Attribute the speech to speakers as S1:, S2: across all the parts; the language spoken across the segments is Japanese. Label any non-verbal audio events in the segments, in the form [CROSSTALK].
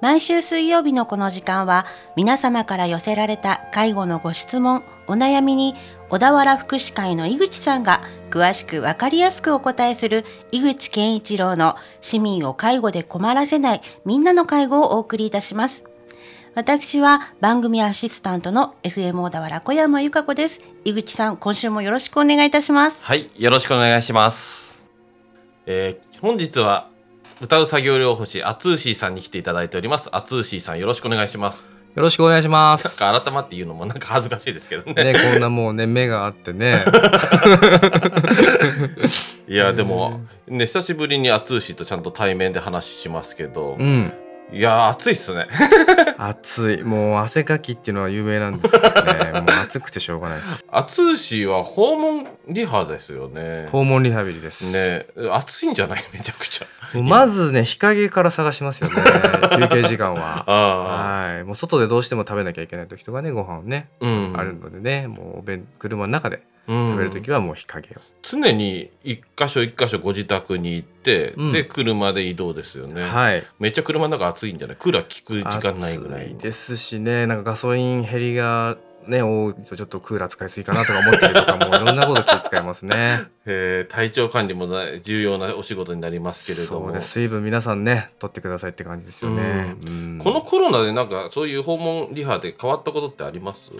S1: 毎週水曜日のこの時間は皆様から寄せられた介護のご質問お悩みに小田原福祉会の井口さんが詳しくわかりやすくお答えする井口健一郎の市民を介護で困らせないみんなの介護をお送りいたします私は番組アシスタントの FM 小田原小山由香子です井口さん今週もよろしくお願いいたします
S2: はい、よろしくお願いします。えー本日は歌う作業療法士アツーシーさんに来ていただいております。アツーシーさんよろしくお願いします。
S3: よろしくお願いします
S2: なん。か改まって言うのもなんか恥ずかしいですけど [LAUGHS] ね。
S3: ね、こんなもうね、目があって
S2: [LAUGHS]
S3: ね。
S2: いやでもね久しぶりにアツーシーとちゃんと対面で話しますけど
S3: う、ん。
S2: いやー暑いっすね。
S3: 暑い。もう汗かきっていうのは有名なんですけ
S2: [LAUGHS]
S3: どね。もう暑くてしょうがないです。
S2: アツーシーは訪問リハですよね。
S3: 訪問リハビリです。。
S2: ね暑いんじゃないめちゃくちゃ。
S3: もうまずね、日陰から探
S2: [LAUGHS]
S3: しますよね。休憩時間は。
S2: ああ、
S3: はい。もう外でどうしても食べなきゃいけない時とかね、ご飯をね、
S2: うん
S3: あるのでね、もうお弁、車の中で
S2: うん
S3: 食べる時はもう日陰を。
S2: 常に一箇所一箇所ご自宅に行って、
S3: うん
S2: で車で移動ですよね、
S3: はい。
S2: めっちゃ車の中暑いんじゃないクーラー効く時間ないぐらい
S3: 暑ですしねなんかガソリン減りがね多いとちょっとクーラー使いすぎかなとか思ったりとかもいろんなこと気使いますね
S2: えー体調管理もな重要なお仕事になりますけれど
S3: そ
S2: も
S3: うです水分皆さんね取ってくださいって感じですよね、うん
S2: このコロナでなんかそういう訪問リハで変わったことってあります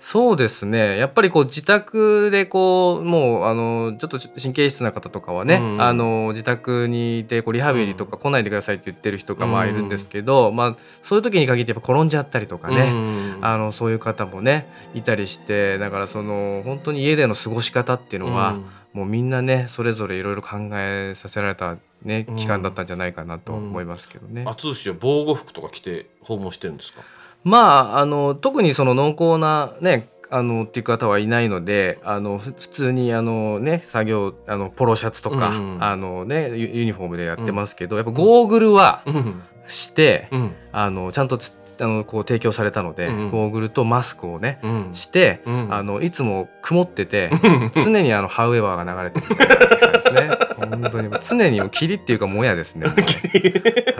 S3: そうですねやっぱりこう自宅でこうもうあのちょっと神経質な方とかはね、
S2: うん
S3: あの自宅にいてこうリハビリとか来ないでくださいって言ってる人がまあ
S2: うん
S3: いるんですけど、まあ、そういう時に限ってやっぱ転んじゃったりとかね、
S2: うん
S3: あのそういう方もねいたりしてだからその本当に家での過ごし方っていうのは、もうみんなねそれぞれいろいろ考えさせられた、ね
S2: うん
S3: 期間だったんじゃないかなと思いますけどね。
S2: うん、暑いし防護服とか着て訪問してるんですか
S3: まああの特にその濃厚なねあのっていう方はいないのであのふ普通にあの、ね、作業あのポロシャツとか、
S2: うんうん
S3: あのね、ユユニフォームでやってますけど、やっぱゴーグルは
S2: うん
S3: して、
S2: うん
S3: あのちゃんとつあのこう提供されたので、
S2: うんうん
S3: ゴーグルとマスクをね
S2: うん
S3: して、
S2: うん
S3: あのいつも曇ってて
S2: うん
S3: 常にあのハウエバーが流れてるみたいな時間で
S2: [LAUGHS]
S3: すね本当に常にもう霧っていうかもやですねもう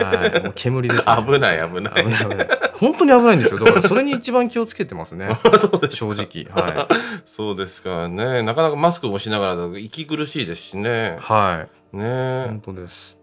S3: はいもう煙です、ね、
S2: 危ない危ない
S3: 危ない危ない本当に危ないんですよだからそれに一番気をつけてます
S2: [LAUGHS]
S3: ね
S2: そうですか
S3: 正直は
S2: そうですかね。なかなかマスクもしながらだと息苦しいですし
S3: い、
S2: ね。
S3: は
S2: ね
S3: い、
S2: え
S3: 本、当です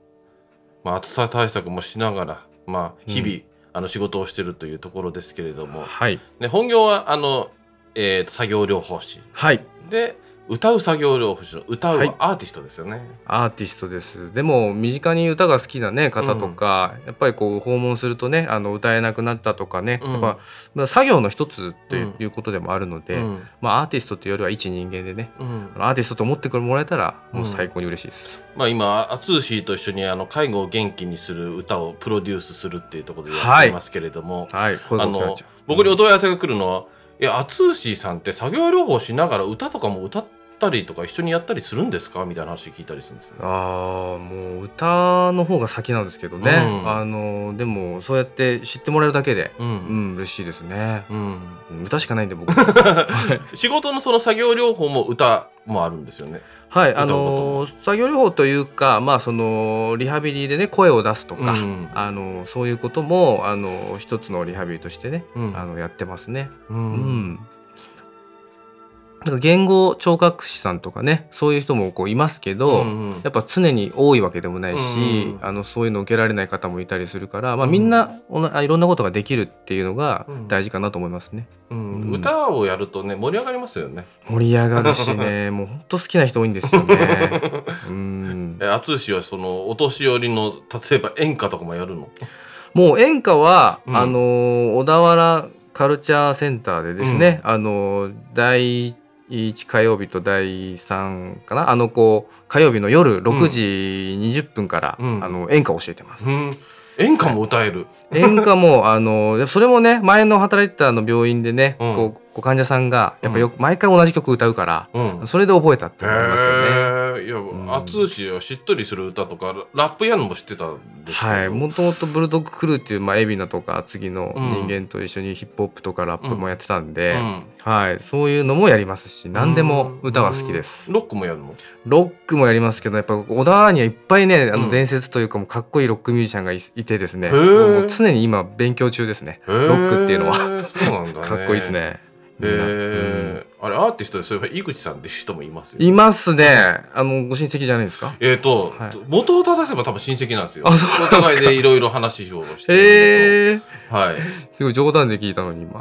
S2: まあ、暑さ対策もしながら、まあ、
S3: うん
S2: 日々、あの仕事をしてるというところですけれども、
S3: はい
S2: ね、本業はあの、えー作業療法士
S3: はい
S2: で歌う作業療法士の歌う
S3: はい
S2: はアーティストですよね。
S3: アーティストですでも身近に歌が好きな、ね、方とか、やっぱりこう訪問するとねあの歌えなくなったとかね、
S2: うん
S3: やっぱまあ作業の一つと
S2: うん
S3: いうことでもあるので、
S2: うん
S3: まあ、アーティストというよりは一人間でね
S2: うん
S3: アーティストと思ってもらえたら
S2: うん
S3: もう最高に嬉しいです、
S2: まあ、今アツーシーと一緒にあの介護を元気にする歌をプロデュースするっていうところでやっ
S3: は
S2: て
S3: い
S2: いますけれども、
S3: はいこうい
S2: あ
S3: うことにな
S2: の
S3: っちゃう
S2: 僕にお問い合わせが来るのは、いや、アツーシーさんって作業療法しながら歌とかも歌ったりとか一緒にやったりするんですかみたいな話聞いたりするんですね。
S3: あーもう歌の方が先なんですけどね、
S2: うん
S3: あのでもそうやって知ってもらえるだけで
S2: う、
S3: うんん嬉しいですね、
S2: うん、
S3: うん歌しかないんで
S2: [LAUGHS]
S3: 僕はい
S2: 仕事のその作業療法も歌もあるんですよね。
S3: はい
S2: 歌
S3: あ
S2: うこと
S3: の作業療法というかまあそのリハビリでね声を出すとか、
S2: うん
S3: あのそういうこともあの一つのリハビリとしてね、
S2: うん
S3: あのやってますね
S2: う
S3: うんん、なんか言語聴覚士さんとかねそういう人もこういますけど、
S2: うん
S3: やっぱ常に多いわけでもないし、
S2: うん
S3: あのそういうの受けられない方もいたりするから、まあ、
S2: うん
S3: みんなおな、あいろんなことができるっていうのが
S2: うん
S3: 大事かなと思いますね。
S2: うん
S3: うん
S2: 歌をやるとね盛り上がりますよね。
S3: 盛り上がるし
S2: [LAUGHS]
S3: ねもうほんと好きな人多いんですよね。うん
S2: え、アツーシーはそのお年寄りの例えば演歌とかもやるの。
S3: もう演歌は、
S2: うん
S3: あのー小田原カルチャーセンターでですね、あのー第1火曜日と第3かなあのこう火曜日の夜6時20分から、
S2: うん
S3: あの演歌を教えてます。
S2: うん、演歌も歌える。
S3: 演歌もあのそれもね前の働いてたあの病院でね、
S2: うん
S3: こうこう患者さんがやっぱよく、毎回同じ曲歌うから
S2: うん。
S3: それで覚えたって
S2: へ
S3: 思いますよね。
S2: え、いや、
S3: ん
S2: アツーシーはしっとりする歌とかララップやるのも知ってたんですけど、
S3: はい、もともとブルドッグクルーっていう、まあ、海老名とか厚木の人間と一緒にヒップホップとかラップもやってたんで、
S2: うん
S3: はい、そういうのもやりますし何でも歌は好きです、
S2: うんロックもやるの
S3: ロックもやりますけどやっぱ小田原にはいっぱいねあ
S2: うん
S3: の伝説というかもうかっこいいロックミュージシャンがいいてですね、
S2: へー
S3: もう常に今勉強中ですね
S2: ロッ
S3: クっていうのは [LAUGHS]
S2: そうなんだね
S3: かっこいいですね。
S2: へ
S3: みんなうん
S2: え、あれアーティストでそういえば井口さんって人もいますよ
S3: いますね。あのご親戚じゃないですか。
S2: えっ、と、
S3: はい
S2: 元を正せば多分親戚なんですよ。
S3: あそうなん
S2: お
S3: ですか
S2: 互いでいろいろ話をしてる
S3: へえ。
S2: のと、はい
S3: すごい冗談で聞いたのに今。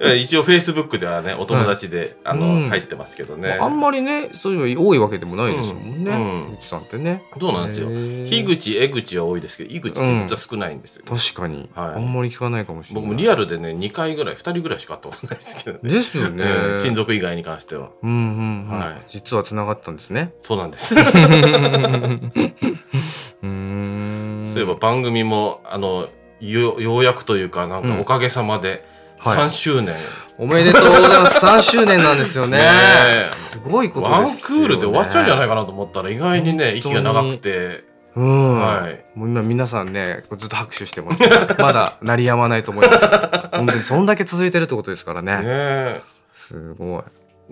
S2: え。一応 Facebook ではね、お友達で、あの、
S3: うん
S2: 入ってますけどね。
S3: [LAUGHS] あんまりねそういうの多いわけでもないですもんね。
S2: う
S3: うん
S2: うん
S3: ちさんってね。
S2: そうなんですよ。樋
S3: 樋。
S2: 口、江口は多いですけど、井口って実は少ないんですよ。
S3: 確かに、
S2: はい
S3: あんまり聞かないかもしれない。
S2: 僕もリアルでね、2回ぐらい、2人ぐらいしか会ったことないですけどね。
S3: ですよ
S2: え
S3: ね。
S2: ー親族以外に関しては。
S3: うんうんうん、
S2: はい
S3: 実は繋がったんで
S2: [LAUGHS]
S3: すね。
S2: そうなんです。
S3: うーん
S2: そういえば番組も、あの、よようやくというか、なんか
S3: うん
S2: おかげさまで、
S3: はい
S2: 3周年、
S3: おめでとうございます。3周年なんですよね
S2: ねえ。
S3: すごいことですよ、
S2: ワ
S3: ね。
S2: ンクールで終わっちゃうんじゃない
S3: い。
S2: かなと思ったら、意外にね、息
S3: 本当に
S2: が長くて、
S3: うん。
S2: はい。
S3: もう今皆さんね、こうずっと拍手してますけ
S2: [LAUGHS]
S3: ど、まだ鳴りやまないと思います。本当にそんだけ続いてるってことですからね。
S2: ねえ
S3: すごい。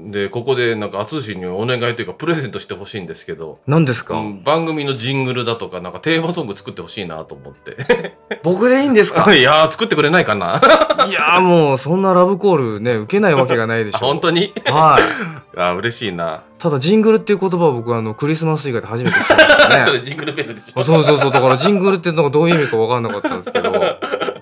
S2: で、ここで、なんか、淳にお願いというか、プレゼントしてほしいんですけど、
S3: 何ですか、
S2: うん番組のジングルだとか、なんかテーマソング作ってほしいなと思って。
S3: 僕でいいんですか
S2: [LAUGHS]
S3: [LAUGHS]
S2: いやー、作ってくれないかな。
S3: いやーもうそんなラブコールね、受けないわけがないでしょう。
S2: 本当に
S3: はい。
S2: あー、嬉しいな。
S3: ただジングルっていう言葉は僕あのクリスマス以外で初めて聞きま
S2: [LAUGHS]
S3: し
S2: そ
S3: た
S2: れ
S3: ね。
S2: ジングルベルでしょ。
S3: あそうそうそう。だからジングルってのがどういう意味か分かんなかったんですけど、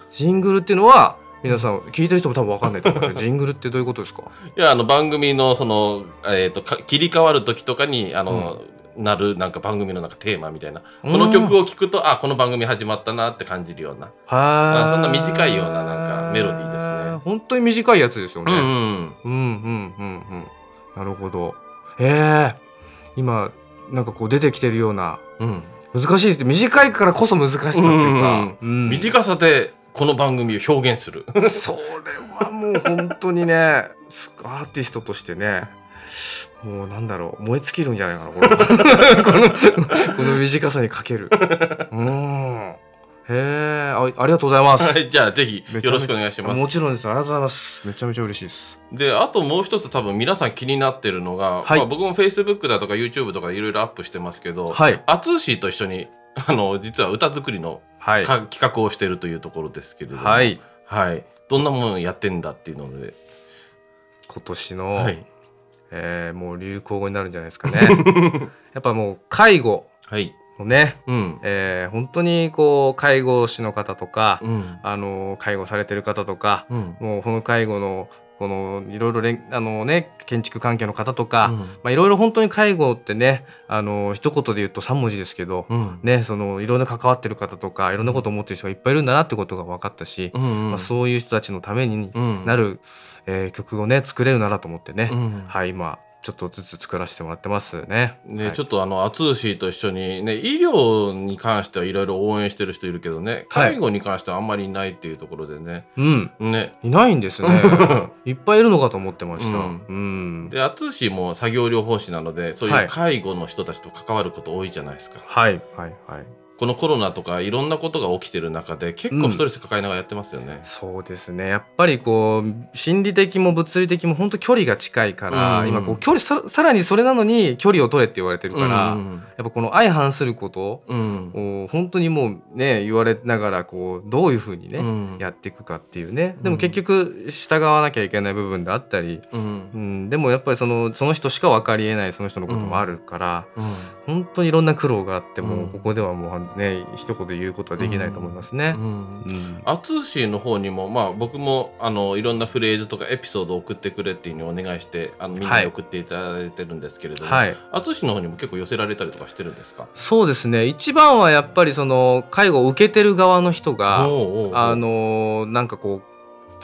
S3: ジングルっていうのは皆さん聞いてる人も多分分かんないと思いますよ。ジングルってどういうことですか
S2: いや、あの、番組の、その、えっ、とか、切り替わる時とかに、あの、なるなんか番組のなんかテーマみたいなこの曲
S3: を。
S2: を聴くとあこの番組始まったなって感じるような
S3: は
S2: あ
S3: い。
S2: そんな短いようななんかメロディーですね
S3: 本当に短いやつですよね。
S2: うん
S3: うんうんうんうん。なるほど。ええ今なんかこう出てきてるような
S2: うん
S3: 難しいですね。短いからこそ難しさっていうか。
S2: うん、
S3: 短い。
S2: 短さでこの番組を表現する
S3: それはもう本当にね、すアーティストとしてね。もうなんだろう燃え尽きるんじゃないかなこれこのこの短さにかけるうんへえあありがとうございます、
S2: はい [LAUGHS] じゃあぜひよろしくお願いしま
S3: も
S2: す
S3: ちろんですありがとうございますめちゃめちゃ嬉しいです
S2: であともう一つ多分皆さん気になってるのが、
S3: はい
S2: まあ、僕も Facebook だとか YouTube とかいろいろアップしてますけど
S3: はい
S2: アツーシーと一緒に [LAUGHS] あの実は歌作りの
S3: はい
S2: か、企画をしてるというところですけれども
S3: はい、
S2: はいどんなものやってんだっていうので、
S3: 今年の、
S2: はい
S3: えーもう流行語になるんじゃないですか [LAUGHS] ね。やっぱもう介護
S2: はい
S3: のね、
S2: うん
S3: えー本当にこう介護士の方とか、
S2: うん
S3: あの介護されてる方とか、
S2: うん
S3: もうこの介護のこのいろいろれんあのね建築関係の方とか、
S2: う
S3: ま
S2: ん
S3: あいろいろ本当に介護ってね、あの一言で言うと三文字ですけど、
S2: うん
S3: ねそのいろんな関わってる方とか、いろんなことを思ってる人がいっぱいいるんだなってことが分かったし、
S2: うん
S3: まあそういう人たちのために
S2: うん
S3: なる、えー曲をね作れるならと思ってね。
S2: うん
S3: はい、今ちょっとずつ作らせてもらってますね。
S2: ね、
S3: はい
S2: ちょっとあの、アツーシーと一緒に、ね、医療に関してはいろいろ応援してる人いるけどね、
S3: はい
S2: 介護に関してはあんまりいないっていうところでね。
S3: うん、
S2: ね。
S3: いない
S2: [LAUGHS]
S3: んですね。いっぱいいるのかと思ってました。
S2: う
S3: うんん、
S2: で、アツーシーも作業療法士なので、そうい
S3: は
S2: う
S3: い
S2: 介護の人たちと関わること多いじゃないですか。
S3: はい、はい、はい。
S2: このコロナとかいろんなことが起きてる中で、結構ストレス抱えながらやってますよね。
S3: そうですね。やっぱりこう心理的も物理的も本当距離が近いから、
S2: うん
S3: 今こう距離ささらにそれなのに距離を取れって言われてる
S2: う
S3: から、や
S2: ん。
S3: っぱこの相反すること
S2: うん。
S3: を本当にもうね言われながらこうどういうふうにね、
S2: うん
S3: やっていくかっていうね。でも結局従わなきゃいけない部分であったり、
S2: うん
S3: うん、でもやっぱりそのその人しか分かりえないその人のこともあるから、
S2: うん
S3: 本当にいろんな苦労があって、
S2: う
S3: も
S2: ん
S3: うここではもうね一言で言うことはできないと思います
S2: う
S3: ね。
S2: ん
S3: うん
S2: アツーシーの方にも、まあ、僕もあのいろんなフレーズとかエピソードを送ってくれっていうふうにお願いしてあのみんなに送っていただいてるんですけれども、
S3: はい、
S2: アツシの方にも結構寄せられたりとかしてるんですか
S3: そうですね一番はやっぱりその介護を受けてる側の人が、
S2: おうおうおう
S3: あのーなんかこう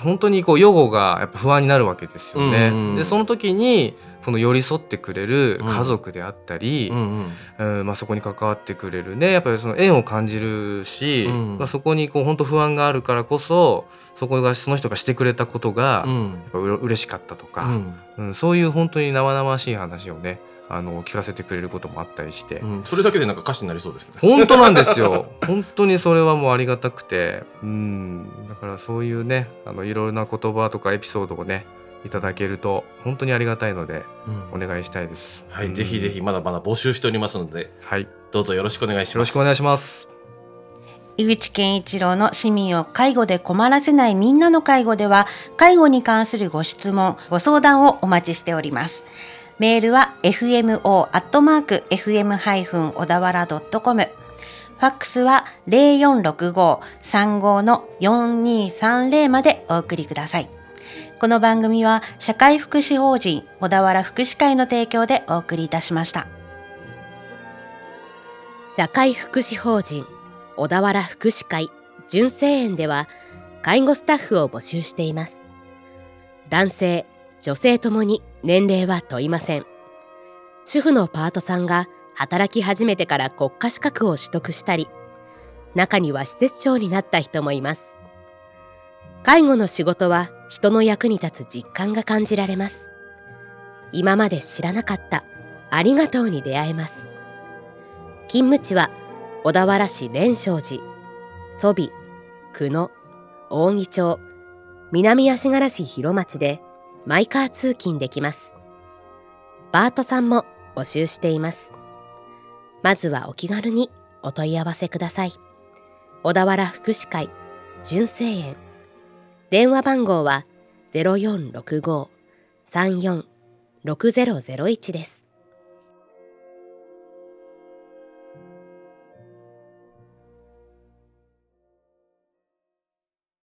S3: 本当にこう予後がやっぱ不安になるわけですよね。
S2: うんうんうん
S3: でその時にこの寄り添ってくれる家族であったり、
S2: うんうん
S3: うんまあ、そこに関わってくれるねやっぱりその縁を感じるし、
S2: うん
S3: まあ、そこにこう本当不安があるからこそそこがその人がしてくれたことが、
S2: う
S3: やっ
S2: ん
S3: ぱうれ嬉しかったと
S2: う
S3: か、
S2: ん
S3: うんそういう本当に生々しい話をねあの聞かせてくれることもあったりして、
S2: うん、それだけでなんか歌詞になりそうですね。
S3: 本当なんですよ [LAUGHS] 本当にそれはもうありがたくてうんだからそういうねあのいろいろな言葉とかエピソードをねいただけると本当にありがたいのでお願いしたいです
S2: は
S3: う
S2: い、
S3: ん
S2: ぜひぜひまだまだ募集しておりますので、
S3: はいよ
S2: どうぞよろしくお願いします。
S3: ろしくお願いします
S1: 井口健一郎の市民を介護で困らせないみんなの介護では介護に関するご質問ご相談をお待ちしておりますメールは fmo.fm- 小田原 .com ファックスは0465-35の4230までお送りくださいこの番組は社会福祉法人小田原福祉会の提供でお送りいたしました
S4: 社会福祉法人小田原福祉会純正園では介護スタッフを募集しています男性女性ともに年齢は問いません主婦のパートさんが働き始めてから国家資格を取得したり中には施設長になった人もいます介護の仕事は人の役に立つ実感が感じられます今まで知らなかったありがとうに出会えます勤務地は小田原市蓮勝寺蘇美久野扇町南足柄市広町でマイカー通勤できますパートさんも募集していますまずはお気軽にお問い合わせください小田原福祉会純正園電話番号は0465-34-6001です